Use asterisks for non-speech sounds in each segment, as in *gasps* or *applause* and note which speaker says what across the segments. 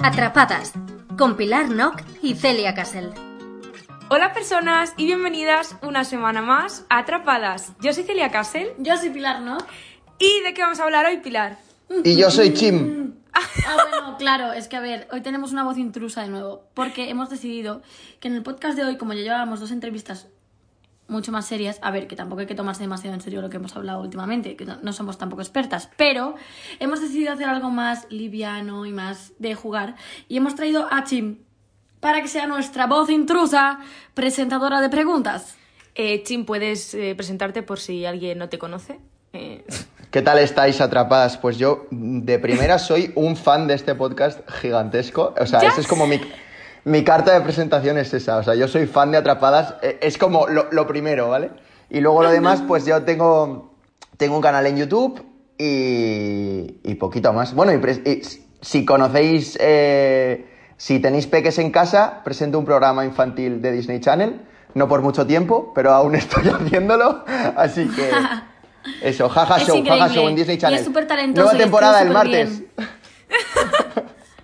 Speaker 1: Atrapadas, con Pilar Nock y Celia Casel.
Speaker 2: Hola personas y bienvenidas una semana más a Atrapadas. Yo soy Celia Casel.
Speaker 3: Yo soy Pilar Nock.
Speaker 2: ¿Y de qué vamos a hablar hoy, Pilar?
Speaker 4: Y yo soy Chim.
Speaker 3: Ah, bueno, claro, es que a ver, hoy tenemos una voz intrusa de nuevo, porque hemos decidido que en el podcast de hoy, como ya llevábamos dos entrevistas mucho más serias, a ver, que tampoco hay que tomarse demasiado en serio lo que hemos hablado últimamente, que no, no somos tampoco expertas, pero hemos decidido hacer algo más liviano y más de jugar, y hemos traído a Chim para que sea nuestra voz intrusa presentadora de preguntas.
Speaker 2: Eh, Chin, ¿puedes eh, presentarte por si alguien no te conoce? Eh,
Speaker 4: ¿Qué tal estáis atrapadas? Pues yo mm, de primera soy un fan de este podcast gigantesco. O sea,
Speaker 2: Ya
Speaker 4: esa es como mi, mi carta de presentación es esa. O sea, yo soy fan de atrapadas. Eh, Es como lo, lo primero, ¿vale? Y luego lo demás, pues yo tengo, tengo un canal en YouTube y, y poquito más. Bueno, y, pres- y s- si conocéis, eh, si tenéis peques en casa, presento un programa infantil de Disney Channel. No por mucho tiempo, pero aún *laughs* estoy haciéndolo. Así que... Eso, jaja
Speaker 3: Es
Speaker 4: show, jaja
Speaker 3: increíble.
Speaker 4: show en Disney
Speaker 3: Y
Speaker 4: Channel.
Speaker 3: es supertalentoso
Speaker 4: Nueva
Speaker 3: y
Speaker 4: temporada el
Speaker 3: escribe
Speaker 4: martes.
Speaker 3: superbién.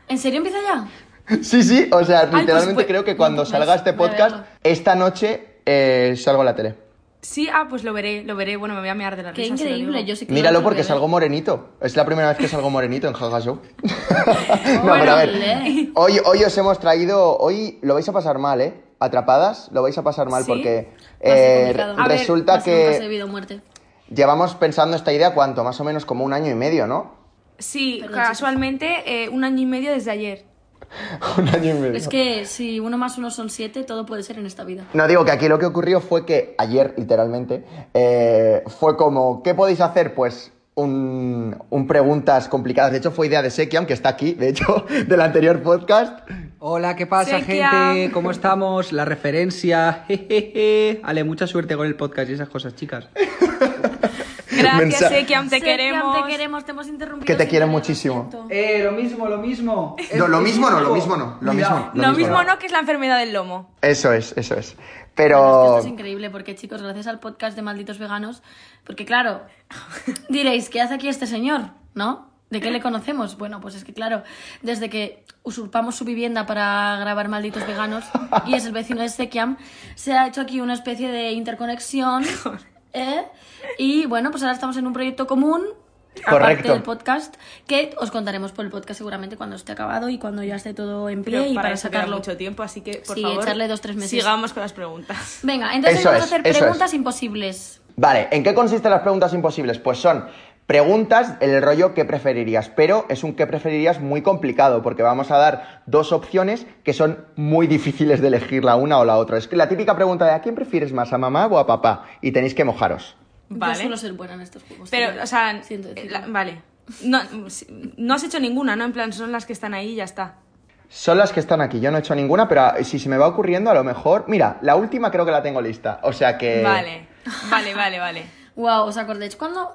Speaker 3: ¿En serio empieza ya?
Speaker 4: *laughs* Sí, sí, o sea,
Speaker 2: pues,
Speaker 4: literalmente
Speaker 2: pues,
Speaker 4: creo que cuando
Speaker 3: pues,
Speaker 4: salga este
Speaker 3: voy a
Speaker 4: podcast,
Speaker 3: verlo.
Speaker 4: esta noche eh, salgo a la tele.
Speaker 2: *laughs* sí, ah, pues lo veré, lo veré. Bueno, me voy a mear de la
Speaker 3: Qué
Speaker 2: risa, si lo
Speaker 3: increíble,
Speaker 2: digo.
Speaker 3: yo sí que
Speaker 4: Míralo
Speaker 3: lo
Speaker 4: porque
Speaker 3: quiero
Speaker 4: salgo
Speaker 3: ver.
Speaker 4: morenito. Es la primera vez que salgo morenito en jaja
Speaker 3: *laughs*
Speaker 4: show. no, pero
Speaker 3: Bueno,
Speaker 4: a ver.
Speaker 3: ole.
Speaker 4: Hoy, hoy os hemos traído. Hoy lo vais a pasar mal, ¿eh? Atrapadas, lo vais a pasar mal
Speaker 2: Sí,
Speaker 4: porque
Speaker 3: Va a ser
Speaker 4: eh,
Speaker 3: complicado.
Speaker 4: re-
Speaker 2: A ver,
Speaker 4: resulta
Speaker 3: Más nunca has
Speaker 4: que
Speaker 3: debido muerte.
Speaker 4: llevamos pensando esta idea cuánto, más o menos como un año y medio, ¿no? *laughs*
Speaker 2: Sí,
Speaker 3: Perdón,
Speaker 2: casualmente eh, un año y medio desde *laughs* ayer.
Speaker 4: un año y medio.
Speaker 3: Es que si uno más uno son siete, todo puede ser en esta vida.
Speaker 4: No, digo que aquí lo que ocurrió fue que ayer, literalmente, eh, fue como, ¿qué podéis hacer? Pues un, un preguntas complicadas. De hecho, fue idea de Sekiam, que está aquí, de hecho, *laughs* del anterior podcast.
Speaker 5: Hola, ¿qué pasa,
Speaker 2: Sequia.
Speaker 5: gente? ¿Cómo estamos? La referencia. Jejeje. Ale, mucha suerte con el podcast y esas cosas, chicas.
Speaker 2: Gracias,
Speaker 4: Mensa-
Speaker 2: Sekiam, te
Speaker 3: Sergio,
Speaker 2: queremos.
Speaker 3: Te queremos, te hemos interrumpido.
Speaker 4: Que te
Speaker 3: sin
Speaker 4: quieren
Speaker 3: querer, lo
Speaker 4: muchísimo.
Speaker 3: siento.
Speaker 5: Eh, lo mismo, lo mismo.
Speaker 4: No, lo mismo no, lo mismo no, lo
Speaker 5: Cuidado.
Speaker 4: mismo.
Speaker 2: Lo mismo
Speaker 4: no.
Speaker 2: no, que es la enfermedad del lomo.
Speaker 4: Eso es, eso es.
Speaker 3: Bueno, es que
Speaker 4: Pero...
Speaker 3: esto es increíble porque, chicos, gracias al podcast de Malditos Veganos, porque claro, *laughs* diréis, ¿qué hace aquí este señor? ¿No? ¿De qué le conocemos? Bueno, pues es que claro, desde que usurpamos su vivienda para grabar Malditos Veganos y es el vecino de Sekiam, se ha hecho aquí una especie de
Speaker 4: *laughs*
Speaker 3: interconexión. ¿eh? Y bueno, pues ahora estamos en un proyecto común. Aparte
Speaker 4: Correcto.
Speaker 3: del podcast, que os contaremos por el podcast seguramente cuando esté acabado y cuando ya esté todo en
Speaker 2: Pero
Speaker 3: pie y para,
Speaker 2: eso queda
Speaker 3: sacarlo.
Speaker 2: mucho tiempo, así que, por
Speaker 3: Sí,
Speaker 2: favor,
Speaker 3: echarle dos, tres meses.
Speaker 2: sigamos con las preguntas.
Speaker 3: Venga, entonces
Speaker 4: Eso
Speaker 3: vamos
Speaker 4: es,
Speaker 3: a hacer
Speaker 4: eso es.
Speaker 3: preguntas imposibles.
Speaker 4: Vale, ¿en qué consisten las preguntas imposibles? Pues son preguntas el rollo que preferirías, pero es un que preferirías muy complicado porque vamos a dar dos opciones que son muy difíciles de elegir la una o la otra. Es que la típica pregunta de ¿a quién prefieres más, a mamá o a papá? Y tenéis que mojaros.
Speaker 3: Yo
Speaker 2: Vale.
Speaker 3: suelo ser buena en estos juegos.
Speaker 2: Pero,
Speaker 3: tío.
Speaker 2: o sea, eh,
Speaker 3: Siento decirlo.
Speaker 2: la- vale. No, no has hecho ninguna, ¿no? En plan, son las que están ahí y ya está.
Speaker 4: Son las que están aquí, yo no he hecho ninguna, pero ah, si se me va ocurriendo a lo mejor... Mira, la última creo que la tengo lista, o sea que...
Speaker 2: Vale, vale, vale,
Speaker 4: *laughs*
Speaker 2: vale.
Speaker 3: Guau, ¿os acordáis cuando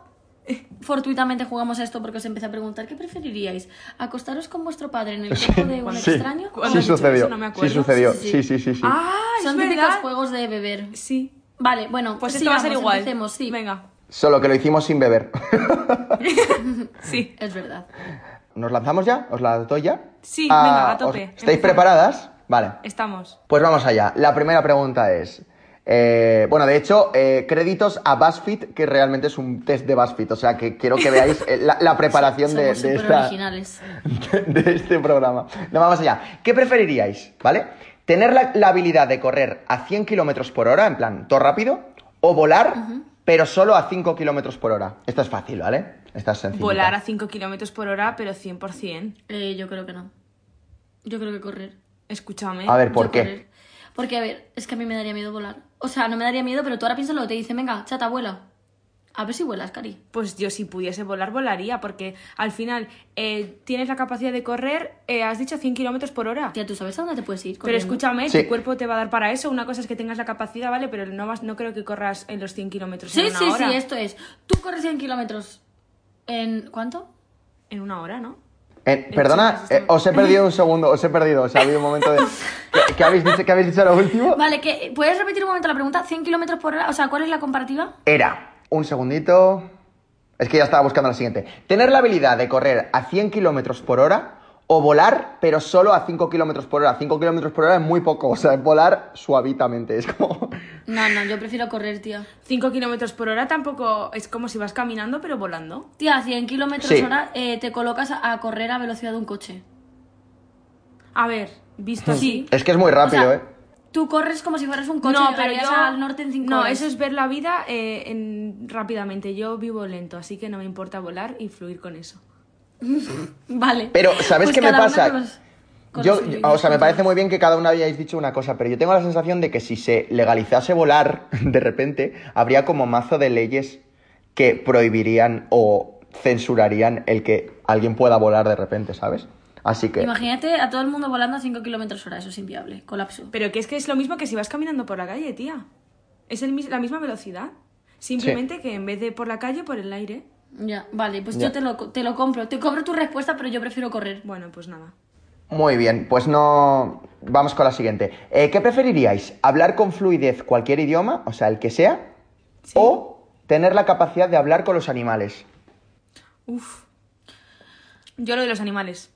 Speaker 3: fortuitamente jugamos a esto porque os empecé a preguntar qué preferiríais? ¿Acostaros con vuestro padre en el cuerpo de un
Speaker 4: Sí,
Speaker 3: extraño?
Speaker 2: ¿Cuándo
Speaker 4: sí
Speaker 2: has dicho
Speaker 4: sucedió,
Speaker 2: eso? No me
Speaker 4: sí
Speaker 2: acuerdo.
Speaker 4: sucedió,
Speaker 3: Sí,
Speaker 4: sí,
Speaker 3: sí.
Speaker 4: sí, sí, sí.
Speaker 2: Ah,
Speaker 3: Son típicos juegos de beber.
Speaker 2: Sí.
Speaker 3: Vale, bueno,
Speaker 2: Pues esto va a
Speaker 3: sigamos,
Speaker 2: ser igual.
Speaker 3: empecemos, sí.
Speaker 2: Venga.
Speaker 4: Solo que lo hicimos sin beber. *laughs*
Speaker 2: Sí.
Speaker 3: Es verdad.
Speaker 4: ¿Nos lanzamos ya? ¿Os la doy ya? Ah,
Speaker 2: Sí, venga, a tope.
Speaker 4: ¿os- ¿Estáis
Speaker 2: Empezamos.
Speaker 4: preparadas? Vale.
Speaker 2: Estamos.
Speaker 4: Pues vamos allá. La primera pregunta es. eh, bueno, de hecho, eh, créditos a BuzzFeed, que realmente es un test de BuzzFeed. O sea, que quiero que veáis eh, la,
Speaker 2: *laughs*
Speaker 4: la preparación de,
Speaker 3: Somos
Speaker 4: de
Speaker 3: súper
Speaker 4: esta-
Speaker 3: originales.
Speaker 4: *laughs* de este programa. No, vamos allá. ¿Qué preferiríais? ¿Vale? ¿Tener la, la habilidad de correr a 100 kilómetros por hora, en plan, todo rápido? ¿O volar, pero solo a 5 kilómetros por hora? Esta es fácil, ¿vale? Esta es sencilla.
Speaker 2: Volar a 5 kilómetros por hora, pero 100%.
Speaker 3: Eh, yo creo que no. Yo creo que correr.
Speaker 2: Escúchame.
Speaker 4: A ver, ¿por
Speaker 3: Yo
Speaker 4: qué?
Speaker 3: correr. Porque, a ver, es que a mí me daría miedo volar. O sea, no me daría miedo, pero tú ahora piénsalo, te dicen, venga, chata, vuela. A ver si vuelas, Cari.
Speaker 2: Pues yo si pudiese volar, volaría, porque al final eh, tienes la capacidad de correr, eh, has dicho 100 kilómetros por hora.
Speaker 3: Tía, ¿tú sabes a dónde te puedes ir?
Speaker 2: Pero
Speaker 3: corriendo?
Speaker 2: escúchame,
Speaker 4: Sí.
Speaker 2: tu cuerpo te va a dar para eso. Una cosa es que tengas la capacidad, ¿vale? Pero no, vas, no creo que corras en los 100 kilómetros
Speaker 3: Sí,
Speaker 2: en una
Speaker 3: sí,
Speaker 2: hora.
Speaker 3: sí, esto es. Tú corres 100 kilómetros en... ¿Cuánto?
Speaker 2: En una hora, ¿no?
Speaker 4: Eh, perdona,
Speaker 2: chicas, está-
Speaker 4: eh, os he perdido un segundo, os he perdido. O sea, ha habido un momento de. ¿Qué, qué habéis dicho, ¿Qué habéis dicho lo último?
Speaker 3: Vale, que ¿puedes repetir un momento la pregunta? ¿100 kilómetros por hora? O sea, ¿cuál es la comparativa?
Speaker 4: Era. Un segundito. Es que ya estaba buscando la siguiente. Tener la habilidad de correr a 100 kilómetros por hora o volar, pero solo a 5 kilómetros por hora. 5 kilómetros por hora es muy poco. O sea, es volar suavitamente. Es como. *laughs*
Speaker 3: No, no, yo prefiero correr, tía.
Speaker 2: 5 kilómetros por hora tampoco es como si vas caminando, pero volando.
Speaker 3: Tía, a 100 kilómetros
Speaker 4: Sí.
Speaker 3: hora eh, te colocas a, a correr a velocidad de un coche.
Speaker 2: A ver, visto así.
Speaker 4: Es que es muy rápido,
Speaker 3: O sea,
Speaker 4: ¿eh?
Speaker 3: Tú corres como si fueras un coche y llegarías al norte en 5
Speaker 2: No, eso es ver la vida eh, en- rápidamente. Yo vivo lento, así que no me importa volar y fluir con eso.
Speaker 3: Vale.
Speaker 4: Pero, ¿sabes
Speaker 3: Pues
Speaker 4: qué me
Speaker 3: cada uno
Speaker 4: pasa?
Speaker 3: con los- con
Speaker 4: Yo,
Speaker 3: los suyos,
Speaker 4: yo- o sea, me
Speaker 3: con
Speaker 4: parece
Speaker 3: todos.
Speaker 4: muy bien que cada uno hayáis dicho una cosa, pero yo tengo la sensación de que si se legalizase volar, *laughs* de repente, habría como mazo de leyes que prohibirían o censurarían el que alguien pueda volar de repente, ¿sabes? Así que...
Speaker 3: Imagínate a todo el mundo volando a 5 kilómetros hora, eso es inviable, colapso.
Speaker 2: Pero que es que es lo mismo que si vas caminando por la calle, tía. Es el, mis- la misma velocidad. Simplemente que en vez de por la calle, por el aire.
Speaker 3: Ya, vale, pues
Speaker 4: Ya.
Speaker 3: yo te lo, co- te lo compro. Te cobro tu respuesta, pero yo prefiero correr.
Speaker 2: Bueno, pues nada.
Speaker 4: Muy bien, pues no... Vamos con la siguiente. Eh, ¿Qué preferiríais? ¿Hablar con fluidez cualquier idioma, o sea, el que sea? ¿O tener la capacidad de hablar con los animales?
Speaker 2: Uf. Yo lo de los animales.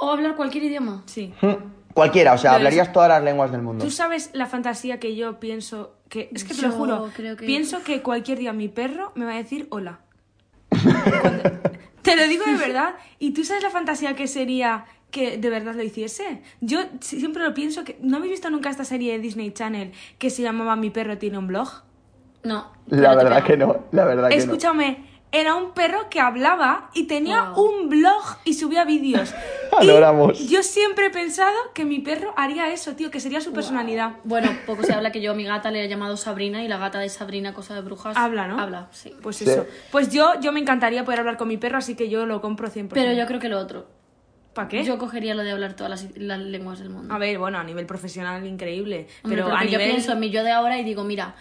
Speaker 3: O hablar cualquier idioma.
Speaker 2: Sí.
Speaker 4: Hmm, Cualquiera, o sea,
Speaker 2: Pero
Speaker 4: hablarías
Speaker 2: es-
Speaker 4: todas las lenguas del mundo.
Speaker 2: Tú sabes la fantasía que yo pienso que. Es que te lo
Speaker 3: Yo
Speaker 2: juro.
Speaker 3: creo que-
Speaker 2: Pienso que cualquier día mi perro me va a decir hola. Cuando- Te lo digo de verdad. ¿Y tú sabes la fantasía que sería que de verdad lo hiciese? Yo si- siempre lo pienso que. ¿No habéis visto nunca esta serie de Disney Channel que se llamaba Mi perro tiene un blog?
Speaker 3: No.
Speaker 4: La
Speaker 3: pero te
Speaker 4: verdad
Speaker 3: pego.
Speaker 4: que no, la verdad que no.
Speaker 2: Escúchame, era un perro que hablaba y tenía
Speaker 3: Wow.
Speaker 2: un blog y subía
Speaker 4: *laughs*
Speaker 2: vídeos.
Speaker 4: Ah,
Speaker 2: Y
Speaker 4: Valoramos.
Speaker 2: Yo siempre he pensado que mi perro haría eso, tío, que sería su personalidad.
Speaker 3: Bueno, poco se habla que yo a mi gata le he llamado Sabrina y la gata de Sabrina, cosa de brujas.
Speaker 2: Habla, ¿no?
Speaker 3: Habla, sí.
Speaker 2: Pues
Speaker 4: Sí.
Speaker 2: eso. Pues yo, yo me encantaría poder hablar con mi perro, así que yo lo compro 100%.
Speaker 3: Pero yo creo que lo otro.
Speaker 2: ¿Para qué?
Speaker 3: Yo cogería lo de hablar todas las, las lenguas del mundo.
Speaker 2: A ver, bueno, a nivel profesional increíble,
Speaker 3: Hombre,
Speaker 2: pero,
Speaker 3: pero
Speaker 2: a
Speaker 3: que yo
Speaker 2: nivel...
Speaker 3: pienso en mi yo de ahora y digo, mira,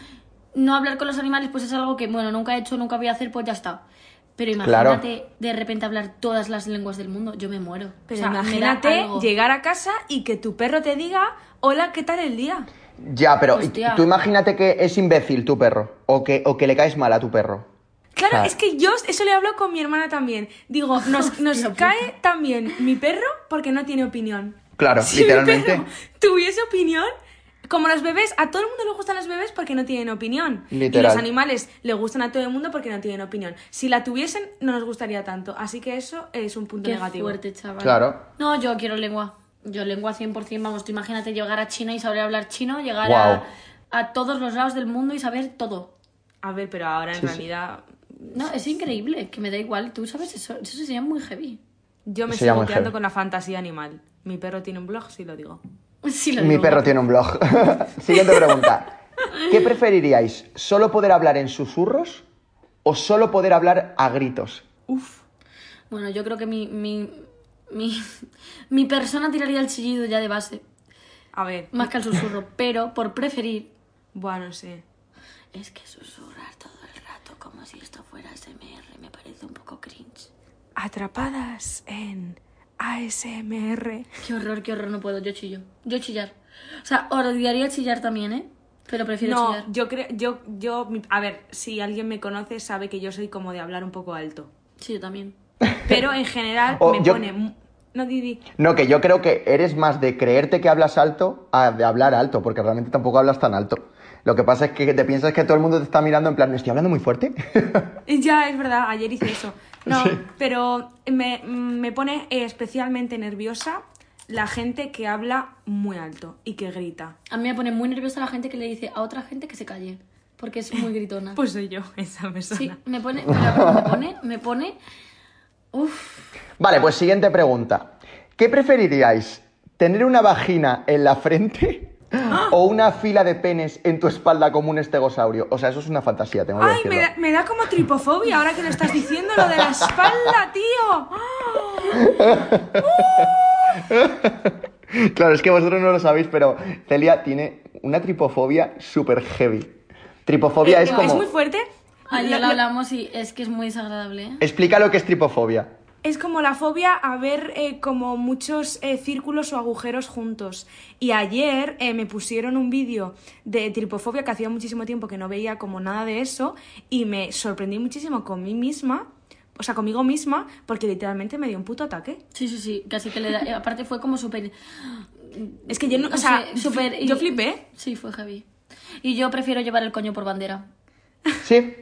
Speaker 3: no hablar con los animales pues es algo que, bueno, nunca he hecho, nunca voy a hacer, pues ya está. Pero
Speaker 4: Claro.
Speaker 3: imagínate de repente hablar todas las lenguas del mundo, yo me muero.
Speaker 2: Pero
Speaker 3: O sea, me da
Speaker 2: imagínate
Speaker 3: algo.
Speaker 2: llegar a casa y que tu perro te diga, hola, ¿qué tal el día?
Speaker 4: Ya, pero
Speaker 3: Hostia.
Speaker 4: tú imagínate que es imbécil tu perro o que, o que le caes mal a tu perro.
Speaker 2: Claro,
Speaker 4: Claro.
Speaker 2: es que yo eso le hablo con mi hermana también.
Speaker 4: *laughs*
Speaker 2: Digo, nos, nos
Speaker 3: Hostia puta.
Speaker 2: cae también mi perro porque no tiene opinión.
Speaker 4: Claro,
Speaker 2: Si mi
Speaker 4: literalmente.
Speaker 2: *laughs* perro tuviese opinión, como los bebés, a todo el mundo le gustan los bebés porque no tienen opinión.
Speaker 4: Literal.
Speaker 2: Y los animales le gustan a todo el mundo porque no tienen opinión. Si la tuviesen, no nos gustaría tanto. Así que eso es un punto
Speaker 3: Qué
Speaker 2: negativo.
Speaker 3: fuerte, chaval.
Speaker 4: Claro.
Speaker 3: No, yo quiero lengua. Yo lengua 100%, vamos, tú imagínate llegar a China y saber hablar chino, llegar
Speaker 4: Guau.
Speaker 3: a, a todos los lados del mundo y saber todo.
Speaker 2: A ver, pero ahora en
Speaker 4: Sí, sí.
Speaker 2: realidad
Speaker 3: No, es increíble, que me da igual. Tú sabes eso, eso sería muy heavy. *laughs*
Speaker 2: yo me
Speaker 4: Sería
Speaker 2: sigo
Speaker 4: muy
Speaker 2: quedando
Speaker 4: heavy.
Speaker 2: con la fantasía animal. Mi perro tiene un blog, si lo digo.
Speaker 3: Sí, lo
Speaker 4: Mi
Speaker 3: digo.
Speaker 4: perro tiene un blog. *laughs* Siguiente pregunta. ¿Qué preferiríais? ¿Solo poder hablar en susurros o solo poder hablar a gritos?
Speaker 2: Uf.
Speaker 3: Bueno, yo creo que mi, mi, mi, *laughs* mi persona tiraría el chillido ya de base,
Speaker 2: A ver.
Speaker 3: más que el susurro, *laughs* pero por preferir,
Speaker 2: Bueno, sí.
Speaker 3: es que susurrar todo el rato como si esto fuera SMR me parece un poco cringe.
Speaker 2: Atrapadas en ASMR.
Speaker 3: Qué horror, qué horror, no puedo, yo chillo. Yo chillar. O sea, odiaría chillar también, ¿eh? Pero prefiero
Speaker 2: No,
Speaker 3: chillar.
Speaker 2: yo creo, yo, yo, mi- a ver, si alguien me conoce sabe que yo soy como de hablar un poco alto.
Speaker 3: Sí, yo también.
Speaker 2: Pero en general
Speaker 4: O
Speaker 2: me
Speaker 4: yo-
Speaker 2: pone... mu- No, Didi.
Speaker 4: No, que yo creo que eres más de creerte que hablas alto a de hablar alto, porque realmente tampoco hablas tan alto. Lo que pasa es que te piensas que todo el mundo te está mirando en plan, ¿no estoy hablando muy fuerte? *laughs*
Speaker 2: Ya, es verdad, ayer hice eso. No, pero me, me pone especialmente nerviosa la gente que habla muy alto y que grita.
Speaker 3: A mí me pone muy nerviosa la gente que le dice a otra gente que se calle, porque es muy gritona.
Speaker 2: Pues soy yo, *laughs* esa persona.
Speaker 3: sí, me pone, pero me
Speaker 2: *laughs*
Speaker 3: pone, me pone... Uf,
Speaker 4: Vale, pues siguiente pregunta. ¿Qué preferiríais? ¿Tener una vagina en
Speaker 2: *gasps*
Speaker 4: la frente o una fila de penes en tu espalda como un estegosaurio? O sea, eso es una fantasía, tengo que
Speaker 2: Ay,
Speaker 4: decirlo.
Speaker 2: me da, me da como tripofobia ahora que lo estás diciendo, lo de la espalda, tío. ¡Ah!
Speaker 4: Claro, es que vosotros no lo sabéis, pero Celia tiene una tripofobia súper heavy. Tripofobia es como...
Speaker 2: Eh, Es muy fuerte.
Speaker 3: ayer
Speaker 2: Lo-
Speaker 3: lo
Speaker 2: lo-
Speaker 3: hablamos y es que es muy desagradable, ¿eh?
Speaker 4: Explica lo que es tripofobia.
Speaker 2: es como la fobia a ver eh, como muchos eh, círculos o agujeros juntos. Y ayer eh, me pusieron un vídeo de tripofobia que hacía muchísimo tiempo que no veía como nada de eso y me sorprendí muchísimo con mí misma, o sea, conmigo misma, porque literalmente me dio un puto ataque.
Speaker 3: Sí, sí, sí. Casi que le da... eh, Aparte fue como súper...
Speaker 2: Es que yo, no- o
Speaker 3: no
Speaker 2: sea,
Speaker 3: sé, súper...
Speaker 2: fli- yo flipé.
Speaker 3: Sí, fue heavy. Y yo prefiero llevar el coño por bandera.
Speaker 4: Sí.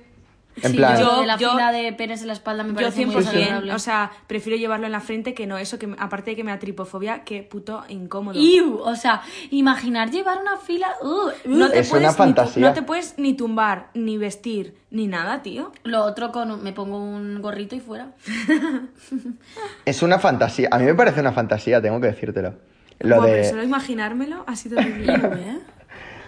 Speaker 4: En
Speaker 3: Sí,
Speaker 4: plan,
Speaker 3: yo,
Speaker 2: Yo-
Speaker 3: lo de la
Speaker 2: yo-
Speaker 3: fila de penes en la espalda me
Speaker 2: Yo
Speaker 3: parece muy
Speaker 2: 100%,
Speaker 3: desagradable.
Speaker 2: o sea, prefiero llevarlo en la frente que no eso, que me- aparte de que me da tripofobia, que puto incómodo.
Speaker 3: Iu, o sea, imaginar llevar una fila... uh,
Speaker 2: no te
Speaker 4: Es
Speaker 2: puedes
Speaker 4: una
Speaker 2: ni tu-
Speaker 4: fantasía.
Speaker 2: no te puedes ni tumbar, ni vestir, ni nada, tío.
Speaker 3: Lo otro con... un- Me pongo un gorrito y fuera.
Speaker 4: es una fantasía. A mí me parece una fantasía, tengo que decírtelo. Lo
Speaker 2: Buah,
Speaker 4: de...
Speaker 2: pero solo imaginármelo ha sido horrible,
Speaker 4: *laughs*
Speaker 2: ¿eh?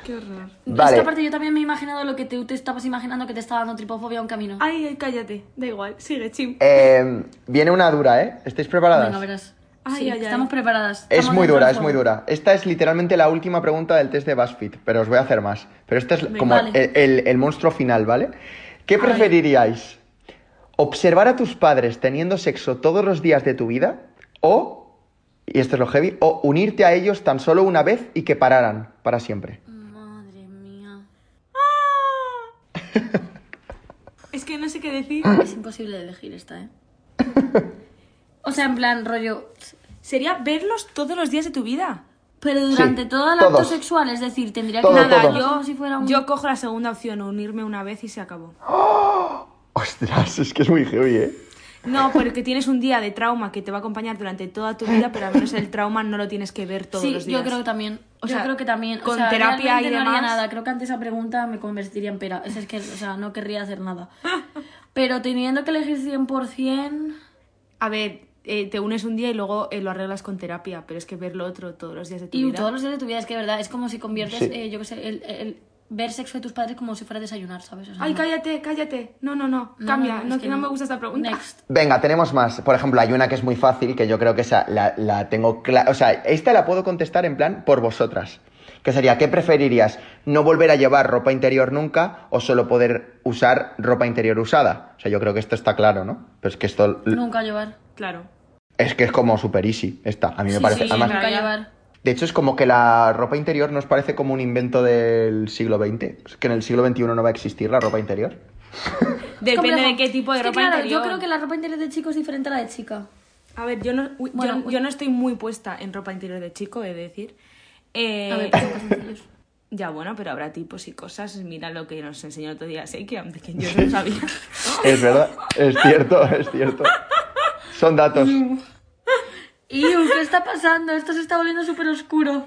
Speaker 2: Qué horror.
Speaker 3: Es
Speaker 4: Vale.
Speaker 3: que aparte yo también me he imaginado lo que te- tú te estabas imaginando que te estaba dando tripofobia a un camino.
Speaker 2: Ay, ay, cállate. Da igual. Sigue, chim.
Speaker 4: Eh, viene una dura, ¿eh? ¿Estáis preparadas?
Speaker 3: Venga, verás.
Speaker 2: Ay,
Speaker 3: Sí,
Speaker 2: ay, ay.
Speaker 3: estamos preparadas.
Speaker 4: Es
Speaker 3: Estamos
Speaker 4: muy
Speaker 3: dentro
Speaker 4: dura,
Speaker 3: del
Speaker 4: es
Speaker 3: juego.
Speaker 4: muy dura. Esta es literalmente la última pregunta del test de BuzzFeed, pero os voy a hacer más. Pero esta es como
Speaker 3: vale.
Speaker 4: el, el- el monstruo final, ¿vale? ¿Qué
Speaker 3: vale.
Speaker 4: preferiríais? ¿Observar a tus padres teniendo sexo todos los días de tu vida? O, y esto es lo heavy, o unirte a ellos tan solo una vez y que pararan para siempre. *laughs*
Speaker 3: Madre mía.
Speaker 2: Es que no sé qué decir.
Speaker 3: Es imposible elegir esta,
Speaker 4: *laughs*
Speaker 3: ¿eh? O sea, en plan, rollo.
Speaker 2: Sería verlos todos los días de tu vida.
Speaker 3: Pero durante
Speaker 4: Sí,
Speaker 3: todo el acto
Speaker 4: todos.
Speaker 3: sexual, es decir, tendría
Speaker 4: Todo,
Speaker 3: que
Speaker 2: Nada,
Speaker 4: todo.
Speaker 2: yo,
Speaker 3: como si fuera un.
Speaker 2: yo cojo la segunda opción, unirme una vez y se acabó.
Speaker 4: Ostras, es que es muy heavy, ¿eh?
Speaker 2: No, porque tienes un día de trauma que te va a acompañar durante toda tu vida, pero al menos el trauma no lo tienes que ver todos
Speaker 3: sí,
Speaker 2: los días.
Speaker 3: yo creo que también. O
Speaker 2: O
Speaker 3: sea,
Speaker 2: sea,
Speaker 3: creo que también. o
Speaker 2: con
Speaker 3: sea,
Speaker 2: terapia
Speaker 3: realmente
Speaker 2: y
Speaker 3: no haría
Speaker 2: demás.
Speaker 3: nada. Creo que ante esa pregunta me convertiría en pera. Es, es que, o sea, no querría
Speaker 2: *laughs*
Speaker 3: hacer nada. Pero teniendo que elegir 100%.
Speaker 2: A ver, eh, te unes un día y luego eh, lo arreglas con terapia, pero es que ver lo otro todos los días de tu
Speaker 3: Y
Speaker 2: vida.
Speaker 3: todos los días de tu vida, es que de verdad, es como si conviertes,
Speaker 4: Sí.
Speaker 3: eh, yo qué sé, el, el ver sexo de tus padres como si fuera a desayunar, ¿sabes? O sea,
Speaker 2: Ay,
Speaker 3: no.
Speaker 2: cállate, cállate. No, no, no.
Speaker 3: No,
Speaker 2: Cambia.
Speaker 3: es
Speaker 2: No,
Speaker 3: que
Speaker 2: que no me gusta esta pregunta.
Speaker 3: Next.
Speaker 4: Venga, tenemos más. Por ejemplo, hay una que es muy fácil, que yo creo que esa la, la tengo clara. O sea, esta la puedo contestar en plan por vosotras. Que sería, ¿qué preferirías? ¿No volver a llevar ropa interior nunca o solo poder usar ropa interior usada? O sea, yo creo que esto está claro, ¿no? Pero es que esto
Speaker 3: Nunca llevar.
Speaker 2: Claro.
Speaker 4: es que es como super easy, esta. A mí me
Speaker 3: Sí,
Speaker 4: parece.
Speaker 3: sí,
Speaker 4: Además,
Speaker 3: nunca
Speaker 2: Claro, ya.
Speaker 3: llevar.
Speaker 4: de hecho, es como que la ropa interior nos parece como un invento del siglo XX. Es que en el siglo XXI no va a existir la ropa interior.
Speaker 2: Depende
Speaker 3: Complejo.
Speaker 2: de qué tipo de
Speaker 3: Es que,
Speaker 2: ropa
Speaker 3: claro,
Speaker 2: interior.
Speaker 3: Yo creo que la ropa interior de chico es diferente a la de chica.
Speaker 2: A ver, yo no, uy, yo-
Speaker 3: Bueno,
Speaker 2: yo,
Speaker 3: uy.
Speaker 2: no estoy muy puesta en ropa interior de chico, he de decir. Eh,
Speaker 3: A ver, pues,
Speaker 2: *laughs*
Speaker 3: son sencillos.
Speaker 2: ya bueno, pero habrá tipos y cosas. Mira lo que nos enseñó el otro día Seikian, de que yo no *laughs* sabía.
Speaker 4: Es verdad, es cierto, es cierto.
Speaker 3: *laughs*
Speaker 4: Son datos.
Speaker 3: Iu, ¿qué está pasando? Esto se está volviendo súper oscuro.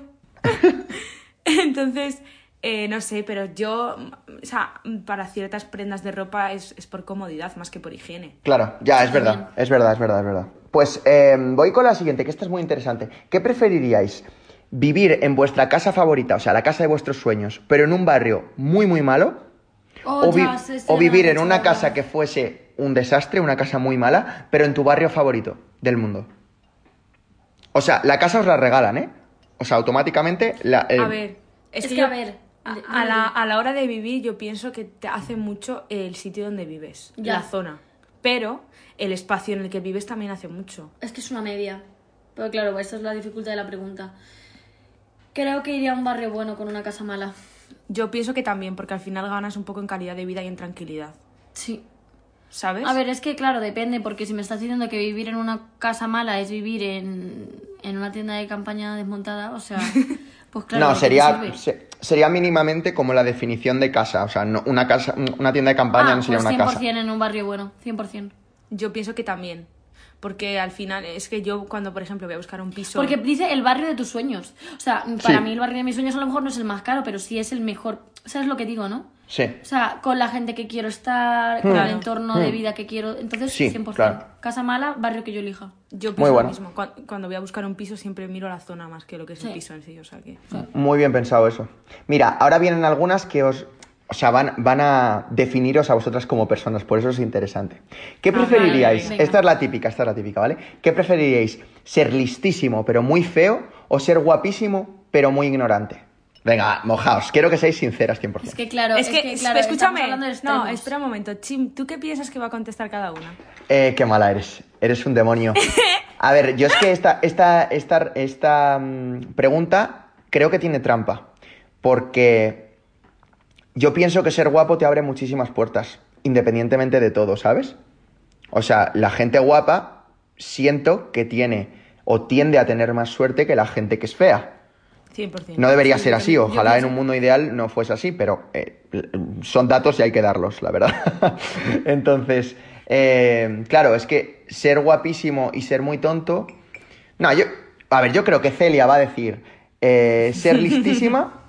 Speaker 2: Entonces, eh, no sé, pero yo, mm, o sea, mm, para ciertas prendas de ropa es, es por comodidad más que por higiene.
Speaker 4: Claro, ya, es verdad, es verdad, es verdad, es verdad. Pues eh, voy con la siguiente, que esta es muy interesante. ¿Qué preferiríais? ¿Vivir en vuestra casa favorita, o sea, la casa de vuestros sueños, pero en un barrio muy, muy malo?
Speaker 3: Oh,
Speaker 4: ¿O, vi-
Speaker 3: ya, sé, sé,
Speaker 4: o
Speaker 3: la
Speaker 4: vivir en
Speaker 3: noche
Speaker 4: una
Speaker 3: de
Speaker 4: casa
Speaker 3: la-
Speaker 4: que fuese un desastre, una casa muy mala, pero en tu barrio favorito del mundo? O sea, la casa os la regalan, ¿eh? O sea, automáticamente... La, eh, el-
Speaker 2: A ver, es,
Speaker 3: Es que,
Speaker 2: yo-
Speaker 3: a ver,
Speaker 2: a,
Speaker 3: de-
Speaker 2: a la, a la hora de vivir yo pienso que te hace mucho el sitio donde vives,
Speaker 3: Ya.
Speaker 2: la zona. Pero el espacio en el que vives también hace mucho.
Speaker 3: Es que es una media. Pero claro, esa es la dificultad de la pregunta. Creo que iría a un barrio bueno con una casa mala.
Speaker 2: Yo pienso que también, porque al final ganas un poco en calidad de vida y en tranquilidad,
Speaker 3: Sí.
Speaker 2: ¿sabes?
Speaker 3: A ver, es que claro, depende, porque si me estás diciendo que vivir en una casa mala es vivir en, en una tienda de campaña desmontada, o sea, pues claro. ¿de
Speaker 4: no,
Speaker 3: qué te
Speaker 4: sería,
Speaker 3: sirve?
Speaker 4: se- sería mínimamente como la definición de casa. O sea, no- una, casa, una tienda de campaña
Speaker 3: Ah,
Speaker 4: no sería
Speaker 3: pues
Speaker 4: una
Speaker 3: 100%
Speaker 4: casa.
Speaker 3: en un barrio bueno, 100%.
Speaker 2: Yo pienso que también, porque al final es que yo cuando, por ejemplo, voy a buscar un piso...
Speaker 3: Porque dice el barrio de tus sueños. O sea, para
Speaker 4: Sí.
Speaker 3: mí el barrio de mis sueños a lo mejor no es el más caro, pero sí es el mejor. ¿Sabes lo que digo, no?
Speaker 4: Sí.
Speaker 3: O sea, con la gente que quiero estar, con el
Speaker 2: Claro.
Speaker 3: entorno de vida que quiero. Entonces,
Speaker 4: Hmm. Sí,
Speaker 3: 100%.
Speaker 4: claro.
Speaker 3: Casa mala, barrio que yo elija.
Speaker 2: Yo pienso
Speaker 4: Muy bueno.
Speaker 2: lo mismo. Cuan- Cuando, voy a buscar un piso siempre miro la zona más que lo que es
Speaker 3: Sí.
Speaker 2: el piso en sí, o sea que...
Speaker 4: Muy bien pensado eso. Mira, ahora vienen algunas que os. O sea, van, van a definiros a vosotras como personas, por eso es interesante. ¿Qué
Speaker 2: vale,
Speaker 4: preferiríais?
Speaker 3: venga.
Speaker 4: Esta es la típica, esta es la típica, ¿vale? ¿Qué preferiríais? ¿Ser listísimo pero muy feo o ser guapísimo pero muy ignorante? Venga, mojaos. Quiero que seáis sinceras 100%.
Speaker 3: Es que claro,
Speaker 2: es que,
Speaker 3: claro, estamos
Speaker 2: escúchame.
Speaker 3: hablando de
Speaker 2: No,
Speaker 3: extremos.
Speaker 2: espera un momento. Chim, ¿tú qué piensas que va a contestar cada una?
Speaker 4: Eh, qué mala eres. Eres un demonio. A ver, yo es que esta, esta, esta, esta mm, pregunta creo que tiene trampa. Porque yo pienso que ser guapo te abre muchísimas puertas, independientemente de todo, ¿sabes? O sea, la gente guapa siento que tiene o tiende a tener más suerte que la gente que es fea.
Speaker 2: 100%.
Speaker 4: No debería
Speaker 2: Sí,
Speaker 4: ser
Speaker 2: yo
Speaker 4: así,
Speaker 2: también- yo
Speaker 4: ojalá en
Speaker 2: pienso-
Speaker 4: un mundo ideal no fuese así, pero eh, son datos y hay que darlos, la verdad. *laughs* Entonces, eh, claro, es que ser guapísimo y ser muy tonto... No, yo... A ver, yo creo que Celia va a decir eh,
Speaker 2: *laughs*
Speaker 4: ser listísima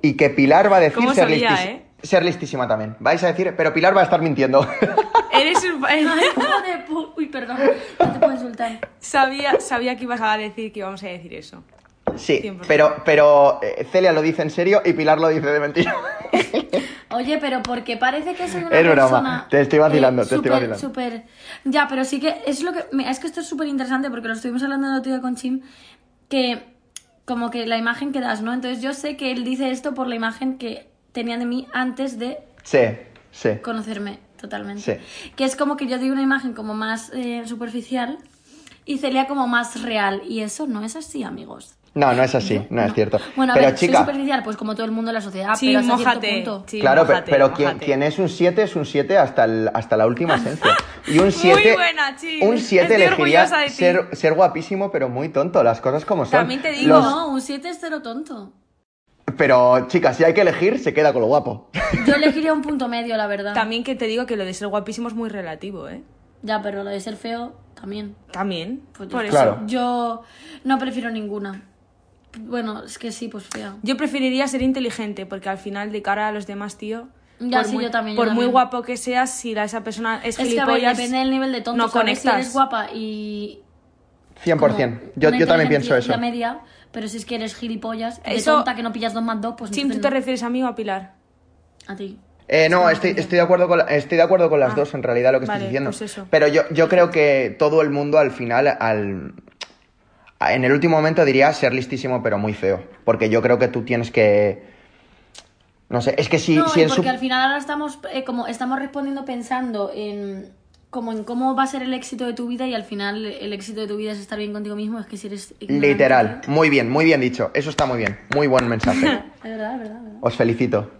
Speaker 4: y que Pilar va a decir
Speaker 2: ¿Cómo
Speaker 4: ser,
Speaker 2: sabía,
Speaker 4: listis-
Speaker 2: eh?
Speaker 4: ser listísima también. Vais a decir, pero Pilar va a estar mintiendo. *laughs*
Speaker 2: *laughs* Eres
Speaker 3: *laughs*
Speaker 2: un...
Speaker 3: *laughs* Ay, hijo de pu- Uy, perdón, no te puedo insultar.
Speaker 2: sabía, sabía que ibas a decir que íbamos a decir eso.
Speaker 4: sí,
Speaker 2: 100%.
Speaker 4: pero, pero eh, Celia lo dice en serio y Pilar lo dice de mentira. *laughs*
Speaker 3: Oye, pero porque parece que soy una
Speaker 4: Es broma,
Speaker 3: persona... eh,
Speaker 4: te estoy vacilando, te estoy
Speaker 3: súper,
Speaker 4: vacilando.
Speaker 3: súper- Ya, pero sí que es lo que... mira, es que esto es súper interesante porque lo estuvimos hablando el otro día con Chim, que como que la imagen que das, ¿no? Entonces yo sé que él dice esto por la imagen que tenía de mí antes de
Speaker 4: sí, sí.
Speaker 3: conocerme totalmente. Que es como que yo doy una imagen como más eh, superficial y Celia como más real. Y eso no es así, amigos.
Speaker 4: No, no es así, no, es
Speaker 3: No.
Speaker 4: cierto.
Speaker 3: Bueno, a
Speaker 4: pero
Speaker 3: ver, soy
Speaker 4: chica,
Speaker 3: superficial, pues como todo el mundo en la sociedad,
Speaker 2: Sí,
Speaker 3: pero hasta
Speaker 2: mójate,
Speaker 3: cierto punto.
Speaker 2: sí.
Speaker 4: claro, pe-
Speaker 2: mójate,
Speaker 4: pero quien,
Speaker 2: mójate.
Speaker 4: quien es un 7 es un 7 hasta, el- hasta la última esencia. Y un 7
Speaker 2: buena, Chi.
Speaker 4: un 7
Speaker 2: Estoy
Speaker 4: elegiría
Speaker 2: orgullosa de ti.
Speaker 4: ser, ser guapísimo, pero muy tonto, las cosas como son.
Speaker 2: También te digo,
Speaker 3: No, un 7 es cero tonto.
Speaker 4: Pero chicas, si hay que elegir, se queda con lo guapo.
Speaker 3: Yo elegiría un punto medio, la verdad.
Speaker 2: También que te digo que lo de ser guapísimo es muy relativo, ¿eh?
Speaker 3: Ya, pero lo de ser feo también.
Speaker 2: También.
Speaker 3: Pues
Speaker 2: por
Speaker 3: yo-
Speaker 2: eso.
Speaker 4: Claro.
Speaker 3: Yo no prefiero ninguna. Bueno, es que sí, pues fea.
Speaker 2: Yo preferiría ser inteligente, porque al final, de cara a los demás, tío.
Speaker 3: Ya,
Speaker 2: por
Speaker 3: sí,
Speaker 2: muy,
Speaker 3: yo también, yo
Speaker 2: Por
Speaker 3: también.
Speaker 2: muy guapo que seas, si la- esa persona es,
Speaker 3: Es que a ver,
Speaker 2: gilipollas,
Speaker 3: depende del nivel de tonto.
Speaker 2: No
Speaker 3: ¿sabes? Si
Speaker 2: conectas.
Speaker 3: eres guapa y,
Speaker 4: 100%.
Speaker 3: como
Speaker 4: Yo,
Speaker 3: una
Speaker 4: yo también
Speaker 3: inteligencia
Speaker 4: pienso eso.
Speaker 3: La media, pero si es que eres gilipollas, de
Speaker 2: Eso-
Speaker 3: tonta que no pillas dos más dos, pues
Speaker 2: Chim, ¿tú
Speaker 3: entonces
Speaker 2: te
Speaker 3: no.
Speaker 2: refieres a mí o a Pilar?
Speaker 3: A ti.
Speaker 4: Eh, no, estoy, estoy, de acuerdo con la- estoy de acuerdo con las
Speaker 3: Ah,
Speaker 4: dos, en realidad, lo que
Speaker 2: vale,
Speaker 4: estás diciendo.
Speaker 2: pues eso.
Speaker 4: Pero yo, yo creo que todo el mundo al final, al a- en el último momento diría ser listísimo, pero muy feo. Porque yo creo que tú tienes que... No sé, es que si,
Speaker 3: no,
Speaker 4: si
Speaker 3: y
Speaker 4: en su-
Speaker 3: porque al final ahora estamos eh, como estamos respondiendo pensando en como en cómo va a ser el éxito de tu vida y al final el éxito de tu vida es estar bien contigo mismo, es que si eres ignorante,
Speaker 4: Literal.
Speaker 3: tío.
Speaker 4: Muy bien, muy bien dicho. Eso está muy bien. Muy buen mensaje.
Speaker 3: *laughs* Es verdad, es verdad, es verdad.
Speaker 4: Os felicito.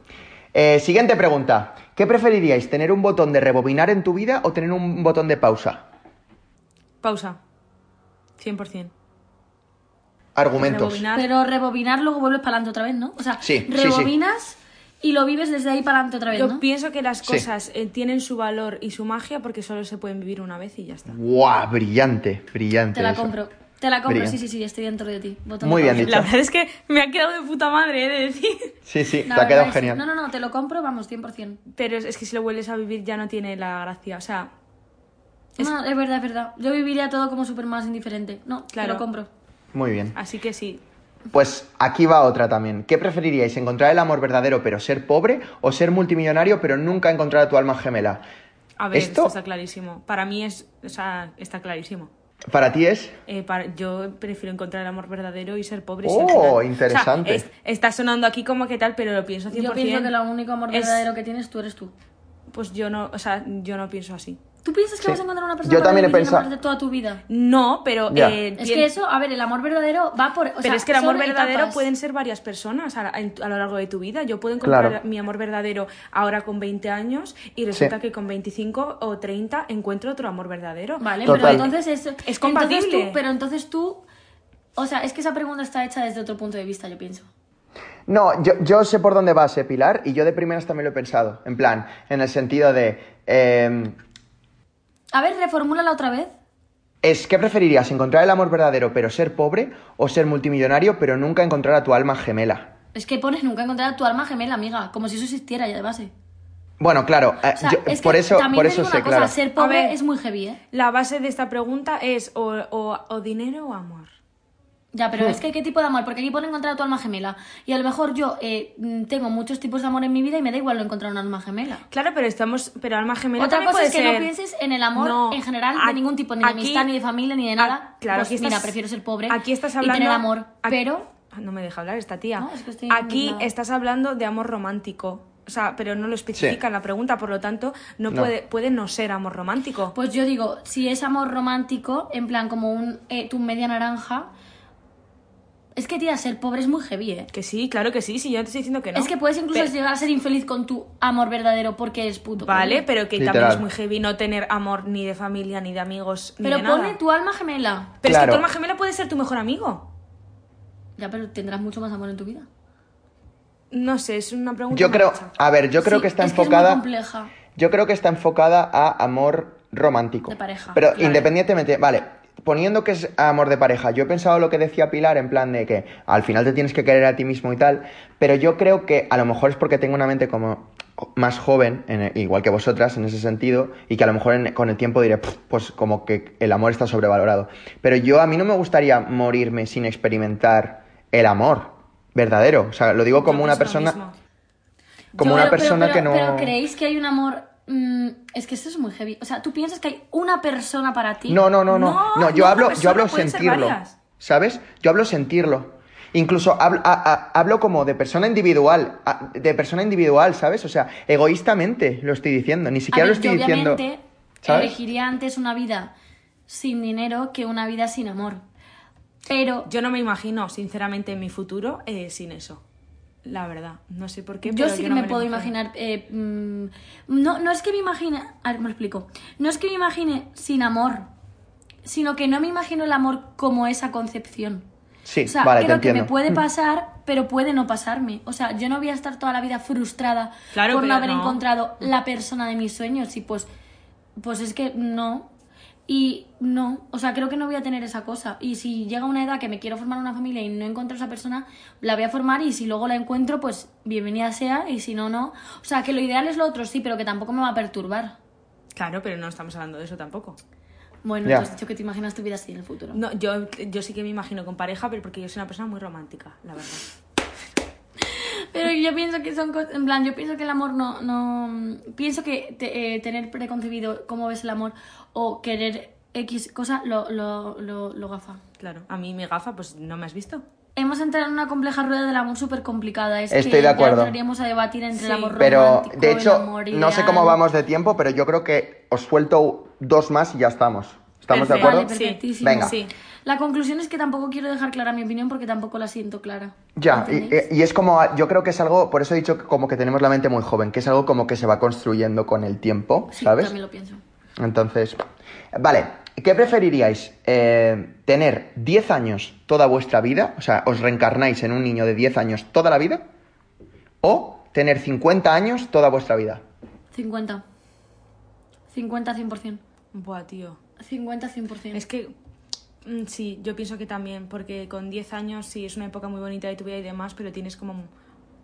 Speaker 4: Eh, siguiente pregunta. ¿Qué preferiríais, tener un botón de rebobinar en tu vida o tener un botón de pausa?
Speaker 3: Pues
Speaker 2: Pausa. 100%.
Speaker 4: Argumentos.
Speaker 2: Rebobinar.
Speaker 3: Pero rebobinar luego vuelves para adelante otra vez, ¿no? O sea,
Speaker 4: Sí, sí, sí.
Speaker 3: rebobinas y lo vives desde ahí para adelante otra vez,
Speaker 2: Yo
Speaker 3: ¿no?
Speaker 2: pienso que las
Speaker 4: Sí.
Speaker 2: cosas eh, tienen su valor y su magia porque solo se pueden vivir una vez y ya está.
Speaker 4: ¡Guau! Brillante, brillante.
Speaker 3: Te la
Speaker 4: eso.
Speaker 3: compro. Te la compro,
Speaker 4: Brillante.
Speaker 3: sí, sí, sí, estoy dentro de ti. Botón
Speaker 4: Muy
Speaker 3: de
Speaker 4: bien
Speaker 3: pausa.
Speaker 4: dicho.
Speaker 2: La verdad es que me ha quedado de puta madre, he de decir.
Speaker 4: Sí, sí,
Speaker 3: La
Speaker 4: te ha
Speaker 3: verdad
Speaker 4: quedado
Speaker 3: es-
Speaker 4: genial.
Speaker 3: No, no, no, te lo compro, vamos, 100%.
Speaker 2: Pero es, es que si lo vuelves a vivir ya no tiene la gracia. O sea,
Speaker 3: No, es verdad, es verdad. Yo viviría todo como súper más indiferente. No, te
Speaker 2: Claro.
Speaker 3: lo compro.
Speaker 4: Muy bien.
Speaker 2: así que sí.
Speaker 4: Pues aquí va otra también. ¿Qué preferiríais, encontrar el amor verdadero pero ser pobre o ser multimillonario pero nunca encontrar a tu alma gemela?
Speaker 2: A ver,
Speaker 4: Esto-
Speaker 2: esto, está clarísimo. Para mí es, o sea, está clarísimo.
Speaker 4: Para ti es...
Speaker 2: Eh, para- yo prefiero encontrar el amor verdadero y ser pobre. y
Speaker 4: Oh,
Speaker 2: ser general.
Speaker 4: interesante.
Speaker 2: O sea, es- está sonando aquí como que tal, pero lo pienso 100%.
Speaker 3: Yo pienso que lo único amor
Speaker 2: es-
Speaker 3: verdadero que tienes tú eres tú.
Speaker 2: Pues yo no, o sea, yo no pienso así.
Speaker 3: ¿Tú piensas que
Speaker 4: Sí.
Speaker 3: vas a encontrar una persona
Speaker 4: Yo
Speaker 3: para
Speaker 4: también he
Speaker 3: vivir el amor
Speaker 4: pensado-
Speaker 3: de toda tu vida?
Speaker 2: No, pero...
Speaker 4: Ya.
Speaker 2: eh,
Speaker 3: Es
Speaker 2: tien-
Speaker 3: que eso, a ver, el amor verdadero va por... o
Speaker 2: pero
Speaker 3: sea,
Speaker 2: es que el amor
Speaker 3: son
Speaker 2: verdadero
Speaker 3: etapas.
Speaker 2: pueden ser varias personas a, la- en- a lo largo de tu vida. Yo puedo encontrar
Speaker 4: Claro.
Speaker 2: mi amor verdadero ahora con 20 años y resulta que con 25 o 30 encuentro otro amor verdadero.
Speaker 3: Vale, pero
Speaker 4: Total.
Speaker 3: entonces es... entonces
Speaker 2: compatible.
Speaker 3: tú- pero entonces tú... O sea, es que esa pregunta está hecha desde otro punto de vista, yo pienso.
Speaker 4: No, yo, yo sé por dónde vas, eh, Pilar, y yo de primeras también lo he pensado. En plan, en el sentido de... eh,
Speaker 3: A ver, reformúlala otra vez.
Speaker 4: es ¿Qué preferirías, encontrar el amor verdadero pero ser pobre o ser multimillonario pero nunca encontrar a tu alma gemela?
Speaker 3: Es que pones nunca encontrar a tu alma gemela, amiga, como si eso existiera ya de base.
Speaker 4: Bueno, claro, eh,
Speaker 3: O sea,
Speaker 4: yo-
Speaker 3: es que
Speaker 4: por eso,
Speaker 3: también
Speaker 4: por
Speaker 3: te
Speaker 4: eso
Speaker 3: digo
Speaker 4: sé,
Speaker 3: una cosa,
Speaker 4: claro.
Speaker 3: ser
Speaker 2: A
Speaker 3: pobre
Speaker 2: ver.
Speaker 3: es muy heavy, ¿eh?
Speaker 2: La base de esta pregunta es o, o- o dinero o amor.
Speaker 3: Ya,
Speaker 2: Hmm.
Speaker 3: pero es que qué tipo de amor, porque aquí pone encontrar a tu alma gemela. Y a lo mejor yo eh, mm, tengo muchos tipos de amor en mi vida y me da igual no encontrar un alma gemela.
Speaker 2: Claro, pero estamos, pero alma gemela
Speaker 3: Otra
Speaker 2: también
Speaker 3: cosa es
Speaker 2: puede
Speaker 3: que no
Speaker 2: ser-
Speaker 3: pienses en el amor en general de
Speaker 2: a-
Speaker 3: ningún tipo, ni de amistad, ni de familia, ni de nada.
Speaker 2: a- claro,
Speaker 3: Pues
Speaker 2: aquí
Speaker 3: mira,
Speaker 2: estás-
Speaker 3: prefiero ser pobre
Speaker 2: Aquí estás
Speaker 3: y
Speaker 2: hablando
Speaker 3: tener amor,
Speaker 2: a- Ah,
Speaker 3: pero-
Speaker 2: No me deja hablar esta tía.
Speaker 3: No, es que estoy
Speaker 2: Aquí
Speaker 3: indignada.
Speaker 2: estás hablando de amor romántico. O sea, pero no lo especifica
Speaker 4: Sí.
Speaker 2: en la pregunta, por lo tanto, no,
Speaker 4: No.
Speaker 2: Puede, puede no ser amor romántico.
Speaker 3: Pues yo digo, si es amor romántico, en plan como un eh, tu media naranja. Es que, tía, ser pobre es muy heavy, ¿eh?
Speaker 2: que sí, claro que sí, si yo no te estoy diciendo que no.
Speaker 3: Es que puedes incluso
Speaker 2: Pe-
Speaker 3: llegar a ser infeliz con tu amor verdadero porque eres puto.
Speaker 2: Vale,
Speaker 3: pobre.
Speaker 2: pero que también
Speaker 4: Literal.
Speaker 2: es muy heavy no tener amor ni de familia, ni de amigos, ni
Speaker 3: Pero
Speaker 2: de
Speaker 3: pone
Speaker 2: nada.
Speaker 3: tu alma gemela.
Speaker 2: Pero es que
Speaker 4: Claro.
Speaker 2: tu alma gemela puede ser tu mejor amigo.
Speaker 3: Ya, pero tendrás mucho más amor en tu vida.
Speaker 2: No sé, es una pregunta.
Speaker 4: Yo
Speaker 2: mal
Speaker 4: creo,
Speaker 2: hecha.
Speaker 4: a ver, yo creo
Speaker 3: Sí,
Speaker 4: que está
Speaker 3: es
Speaker 4: enfocada.
Speaker 3: es muy compleja.
Speaker 4: Yo creo que está enfocada a amor romántico.
Speaker 3: De pareja,
Speaker 4: Pero
Speaker 3: claro.
Speaker 4: independientemente, vale, poniendo que es amor de pareja, yo he pensado lo que decía Pilar en plan de que al final te tienes que querer a ti mismo y tal, pero yo creo que a lo mejor es porque tengo una mente como más joven, en- e, igual que vosotras en ese sentido, y que a lo mejor en- con el tiempo diré, "Pff, pues como que el amor está sobrevalorado. Pero yo a mí no me gustaría morirme sin experimentar el amor verdadero. O sea, lo digo como
Speaker 2: Yo
Speaker 4: una
Speaker 2: pienso lo
Speaker 4: persona...
Speaker 2: mismo.
Speaker 4: Como
Speaker 3: Yo-
Speaker 4: una
Speaker 3: pero- pero-
Speaker 4: persona
Speaker 3: pero-
Speaker 4: que no...
Speaker 3: Pero creéis que hay un amor. mm, es que esto es muy heavy. O sea, tú piensas que hay una persona para ti.
Speaker 4: No, no, no, no.
Speaker 2: No,
Speaker 4: No, yo
Speaker 2: no,
Speaker 4: hablo,
Speaker 2: una
Speaker 4: yo hablo
Speaker 2: persona pueden ser
Speaker 4: sentirlo.
Speaker 2: varias.
Speaker 4: ¿Sabes? Yo hablo sentirlo. Incluso hablo, a- a- hablo como de persona individual, a- de persona individual, ¿sabes? O sea, egoístamente lo estoy diciendo, ni
Speaker 3: A
Speaker 4: siquiera
Speaker 3: ver,
Speaker 4: lo
Speaker 3: yo
Speaker 4: estoy diciendo.
Speaker 3: obviamente
Speaker 4: ¿sabes?
Speaker 3: elegiría antes una vida sin dinero que una vida sin amor. Pero
Speaker 2: Yo no me imagino, sinceramente, en mi futuro eh, sin eso. La verdad. No sé por qué.
Speaker 3: yo
Speaker 2: pero
Speaker 3: sí que
Speaker 2: no
Speaker 3: me,
Speaker 2: lo
Speaker 3: puedo
Speaker 2: imagino.
Speaker 3: imaginar. eh, mm, no, no es que me imagine. A ver, ¿cómo lo explico? No es que me imagine sin amor, sino que no me imagino el amor como esa concepción.
Speaker 4: Sí,
Speaker 3: o sea,
Speaker 4: vale, te
Speaker 3: creo que
Speaker 4: entiendo.
Speaker 3: me
Speaker 2: Mm.
Speaker 3: puede pasar, pero puede no pasarme. O sea, yo no voy a estar toda la vida frustrada
Speaker 2: Claro,
Speaker 3: por no
Speaker 2: pero
Speaker 3: haber
Speaker 2: no. Mm.
Speaker 3: encontrado la persona de mis sueños. Y pues, pues es que no. Y no, o sea, creo que no voy a tener esa cosa. Y si llega una edad que me quiero formar una familia y no encuentro esa persona, la voy a formar y si luego la encuentro, pues bienvenida sea y si no, no. O sea, que lo ideal es lo otro, sí, pero que tampoco me va a perturbar.
Speaker 2: Claro, pero no estamos hablando de eso tampoco.
Speaker 3: Bueno,
Speaker 4: Ya.
Speaker 3: tú has dicho que te imaginas tu vida así en el futuro.
Speaker 2: No, yo, yo sí que me imagino con pareja, pero porque yo soy una persona muy romántica, la verdad.
Speaker 3: Pero yo pienso que son cosas. En plan, yo pienso que el amor no. no pienso que te- eh, tener preconcebido cómo ves el amor o querer X cosa lo, lo, lo, lo gafa.
Speaker 2: Claro. A mí mi gafa, pues no me has visto.
Speaker 3: Hemos entrado en una compleja rueda del amor súper complicada. Es
Speaker 4: Estoy
Speaker 3: que
Speaker 4: de
Speaker 3: ya
Speaker 4: acuerdo.
Speaker 3: entraríamos a debatir entre el
Speaker 2: Sí.
Speaker 3: amor
Speaker 4: Pero,
Speaker 3: romántico,
Speaker 4: de
Speaker 3: el
Speaker 4: hecho,
Speaker 3: amor
Speaker 4: no sé
Speaker 3: ideal.
Speaker 4: cómo vamos de tiempo, pero yo creo que os suelto dos más y ya estamos. ¿Estamos
Speaker 2: Perfecto.
Speaker 4: de
Speaker 3: Vale,
Speaker 4: acuerdo?
Speaker 3: perfectísimo.
Speaker 4: Venga.
Speaker 2: Sí.
Speaker 3: La conclusión es que tampoco quiero dejar clara mi opinión porque tampoco la siento clara.
Speaker 4: Ya, y, eh,
Speaker 3: ¿Entendéis?
Speaker 4: y es como, yo creo que es algo, por eso he dicho que como que tenemos la mente muy joven, que es algo como que se va construyendo con el tiempo,
Speaker 3: Sí,
Speaker 4: ¿sabes?
Speaker 3: también lo pienso.
Speaker 4: Entonces, vale, ¿qué preferiríais? Eh, ¿Tener 10 años toda vuestra vida? O sea, ¿os reencarnáis en un niño de 10 años toda la vida? ¿O tener 50 años toda vuestra vida?
Speaker 3: 50. 50 100%.
Speaker 2: Buah, tío.
Speaker 3: 50 100%.
Speaker 2: Es que mm, sí, yo pienso que también, porque con 10 años sí es una época muy bonita de tu vida y demás, pero tienes como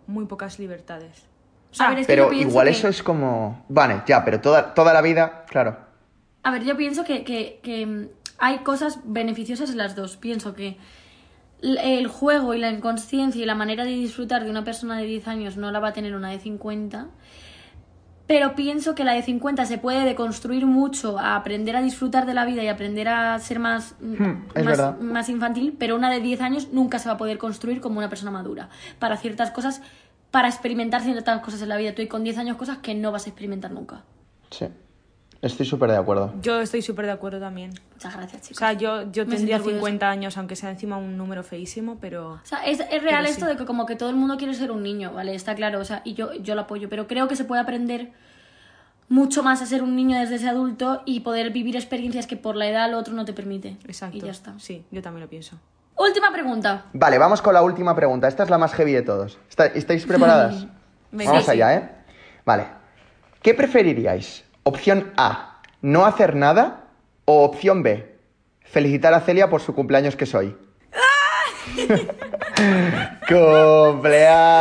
Speaker 2: muy pocas libertades. O sea,
Speaker 3: ver, Es que yo
Speaker 4: pero
Speaker 3: pienso
Speaker 4: igual
Speaker 3: que-
Speaker 4: eso es como... Vale, ya, pero toda, toda la vida, claro.
Speaker 3: A ver, yo pienso que, que- que, mm, hay cosas beneficiosas en las dos. Pienso que l- el juego y la inconsciencia y la manera de disfrutar de una persona de 10 años no la va a tener una de 50. Pero pienso que la de 50 se puede deconstruir mucho a aprender a disfrutar de la vida y aprender a ser más, mm,
Speaker 4: Hmm, es
Speaker 3: más,
Speaker 4: verdad.
Speaker 3: más infantil, pero una de 10 años nunca se va a poder construir como una persona madura. Para ciertas cosas, para experimentar ciertas cosas en la vida, tú y con 10 años cosas que no vas a experimentar nunca.
Speaker 4: Sí, estoy súper de acuerdo.
Speaker 2: yo estoy súper de acuerdo también.
Speaker 3: Muchas gracias,
Speaker 2: O
Speaker 3: chicos.
Speaker 2: sea, yo, yo
Speaker 3: Me
Speaker 2: tendría
Speaker 3: siento orgullosa.
Speaker 2: 50 años, aunque sea encima un número feísimo, pero...
Speaker 3: O sea, es, es real
Speaker 2: Pero sí.
Speaker 3: esto de que como que todo el mundo quiere ser un niño, ¿vale? Está claro, o sea, y yo, yo lo apoyo, pero creo que se puede aprender mucho más a ser un niño desde ese adulto y poder vivir experiencias que por la edad al otro no te permite.
Speaker 2: Exacto.
Speaker 3: Y ya está.
Speaker 2: Sí, yo también lo pienso.
Speaker 3: Última pregunta.
Speaker 4: Vale, vamos con la última pregunta. Esta es la más heavy de todos. ¿Está- ¿Estáis preparadas?
Speaker 2: Venga,
Speaker 4: Vamos
Speaker 2: sí.
Speaker 4: allá, ¿eh? Vale. ¿Qué preferiríais? Opción A, no hacer nada. O opción B, felicitar a Celia por su cumpleaños que soy.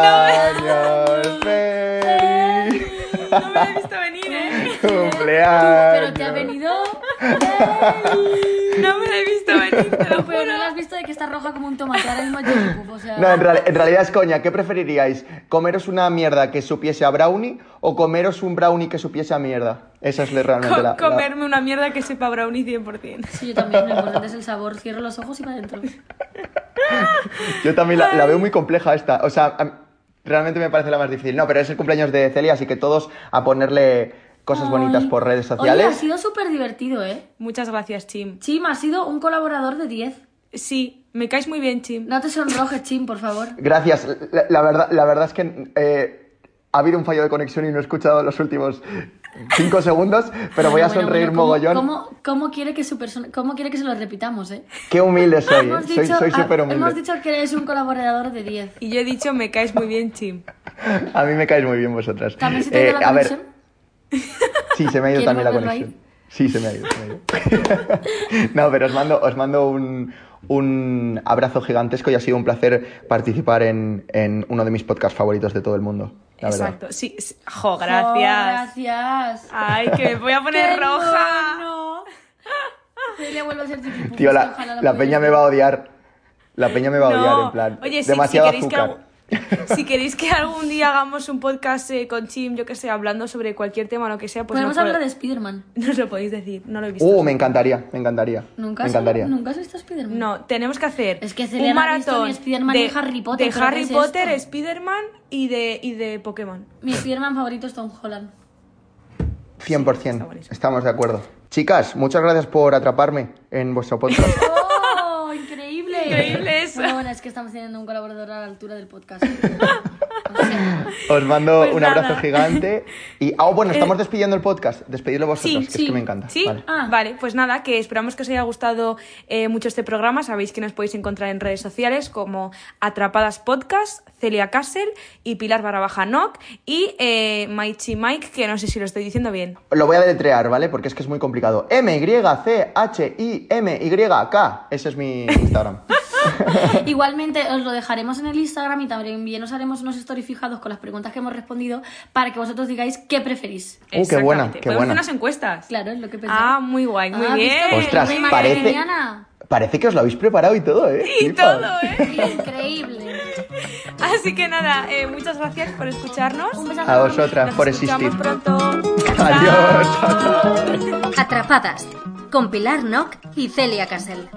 Speaker 4: cumpleaños feliz.
Speaker 2: *laughs* No me lo he visto venir, ¿eh? *laughs*
Speaker 4: Cumpleaños.
Speaker 3: Pero te ha venido...
Speaker 2: No me lo he visto venir, te lo
Speaker 3: Pero no lo
Speaker 2: juro.
Speaker 3: has visto de que está roja como un tomate, ahora mismo yo me ocupo, o sea...
Speaker 4: No, en, real- en realidad es coña. ¿Qué preferiríais? ¿Comeros una mierda que supiese a brownie o comeros un brownie que supiese a mierda? Esa es la- realmente
Speaker 2: Co-
Speaker 4: la, la-
Speaker 2: comerme una mierda que sepa brownie 100%.
Speaker 3: Sí, yo también, lo importante es el sabor. Cierro los ojos y para adentro.
Speaker 4: Yo también la, la veo muy compleja esta. O sea, a mí- realmente me parece la más difícil. No, pero es el cumpleaños de Celia, así que todos a ponerle cosas bonitas
Speaker 3: Ay.
Speaker 4: por redes
Speaker 3: Oye, ha
Speaker 4: sociales.
Speaker 3: sido súper divertido, ¿eh?
Speaker 2: Muchas gracias, Chim.
Speaker 3: Chim, has sido un colaborador de 10.
Speaker 2: Sí, me caes muy bien, Chim.
Speaker 3: No te sonrojes, Chim, por favor.
Speaker 4: Gracias. La, la verdad, la verdad es que eh, ha habido un fallo de conexión y no he escuchado los últimos cinco segundos, pero voy a
Speaker 3: Bueno, bueno,
Speaker 4: sonreír
Speaker 3: ¿cómo-
Speaker 4: mogollón.
Speaker 3: ¿cómo, cómo quiere que su persona, ¿Cómo quiere que se lo repitamos, eh?
Speaker 4: Qué humilde soy.
Speaker 3: Hemos
Speaker 4: soy
Speaker 3: dicho-
Speaker 4: soy
Speaker 3: ah,
Speaker 4: súper
Speaker 3: Hemos
Speaker 4: humilde.
Speaker 3: dicho que eres un colaborador de 10.
Speaker 2: Y yo he dicho, me caes muy bien, Chim.
Speaker 4: A mí me caéis muy bien vosotras.
Speaker 3: ¿También se te ha ido
Speaker 4: Eh,
Speaker 3: la
Speaker 4: a ver,
Speaker 3: conexión?
Speaker 4: Sí, se me ha ido
Speaker 3: ¿Quieres
Speaker 4: también la
Speaker 3: volverlo a
Speaker 4: conexión. Sí, se me ha ido. se me ha ido. *laughs* no, pero os mando, os mando un, un abrazo gigantesco y ha sido un placer participar en, en uno de mis podcasts favoritos de todo el mundo. La verdad.
Speaker 2: Exacto. Sí, sí. Jo,
Speaker 3: Oh,
Speaker 2: gracias.
Speaker 3: gracias.
Speaker 2: Ay, que me voy a poner
Speaker 3: ¡Qué
Speaker 2: roja.
Speaker 3: mono! Celia vuelve a ser chiquipufis,
Speaker 4: Tío, la,
Speaker 3: ojalá
Speaker 4: la
Speaker 3: pudiera
Speaker 4: peña me
Speaker 3: ver.
Speaker 4: va a odiar. La peña me va a odiar,
Speaker 2: No.
Speaker 4: en plan.
Speaker 2: Oye, sí,
Speaker 4: demasiado
Speaker 2: si, queréis
Speaker 4: azúcar.
Speaker 2: Que algún, si queréis que algún día hagamos un podcast eh, con Chim, yo que sé, hablando sobre cualquier tema, lo que sea, pues
Speaker 3: Podemos
Speaker 2: no
Speaker 3: hablar de Spiderman.
Speaker 2: Nos lo podéis decir, *laughs* no lo he visto.
Speaker 4: Uh, me encantaría, me encantaría.
Speaker 3: ¿Nunca
Speaker 4: me
Speaker 3: has,
Speaker 4: encantaría.
Speaker 3: ¿Nunca has visto Spiderman?
Speaker 2: No, tenemos que hacer
Speaker 3: Es que Celia
Speaker 2: un
Speaker 3: no ha visto
Speaker 2: maratón
Speaker 3: ni Spiderman
Speaker 2: de
Speaker 3: ni Harry Potter,
Speaker 2: de
Speaker 3: pero
Speaker 2: Harry
Speaker 3: ¿qué es
Speaker 2: Potter,
Speaker 3: esto?
Speaker 2: Spider-Man y de, y de Pokémon.
Speaker 3: Mi Spiderman favorito es Tom
Speaker 2: *laughs*
Speaker 3: Holland.
Speaker 2: buenísimo.
Speaker 4: 100%. Estamos de acuerdo. Chicas, muchas gracias por atraparme en vuestro podcast.
Speaker 3: ¡Oh! ¡Increíble!
Speaker 2: Increíble eso.
Speaker 3: Bueno, bueno, es que estamos teniendo un colaborador a la altura del podcast. O sea,
Speaker 4: Os mando
Speaker 2: Pues
Speaker 4: un
Speaker 2: nada. Eh,
Speaker 4: abrazo gigante. Y, ah, bueno, estamos despidiendo el podcast. Despedidlo vosotros,
Speaker 2: Sí,
Speaker 4: que es
Speaker 3: sí,
Speaker 4: que me encanta.
Speaker 2: ¿Sí?
Speaker 4: Vale.
Speaker 3: Ah.
Speaker 2: Vale, pues nada, que esperamos que os haya gustado eh, mucho este programa. Sabéis que nos podéis encontrar en redes sociales como Atrapadas Podcast, Celia Castle y Pilar Barabaja Nock y eh, Maichi Mike, que no sé si lo estoy diciendo bien.
Speaker 4: Lo voy a deletrear, ¿vale? Porque es que es muy complicado. M-Y-C-H-I-M-Y-K. Ese es mi
Speaker 2: *laughs*
Speaker 4: Instagram.
Speaker 3: *laughs* igualmente os lo dejaremos en el Instagram y también os haremos unos stories fijados con las preguntas que hemos respondido para que vosotros digáis qué preferís.
Speaker 4: Uh, qué buena, qué
Speaker 2: Exactamente. Podemos
Speaker 4: buena.
Speaker 2: hacer unas encuestas.
Speaker 3: Claro, es lo que pensaba.
Speaker 2: Ah, muy guay, muy
Speaker 3: Ah,
Speaker 2: bien.
Speaker 3: ¿viste?
Speaker 4: Ostras,
Speaker 3: Muy
Speaker 4: parece, *laughs*
Speaker 3: magnaniana.
Speaker 4: parece que os lo habéis preparado y todo, ¿eh?
Speaker 2: *laughs* Y
Speaker 4: Flipas.
Speaker 2: todo, ¿eh?
Speaker 3: Increíble.
Speaker 2: Así que nada, eh, muchas gracias por escucharnos.
Speaker 3: Un
Speaker 2: Nos
Speaker 3: besazo.
Speaker 4: A vosotras por
Speaker 2: escuchamos
Speaker 4: existir.
Speaker 2: pronto.
Speaker 4: Adiós.
Speaker 1: Atrapadas con Pilar Nock y Celia Casel.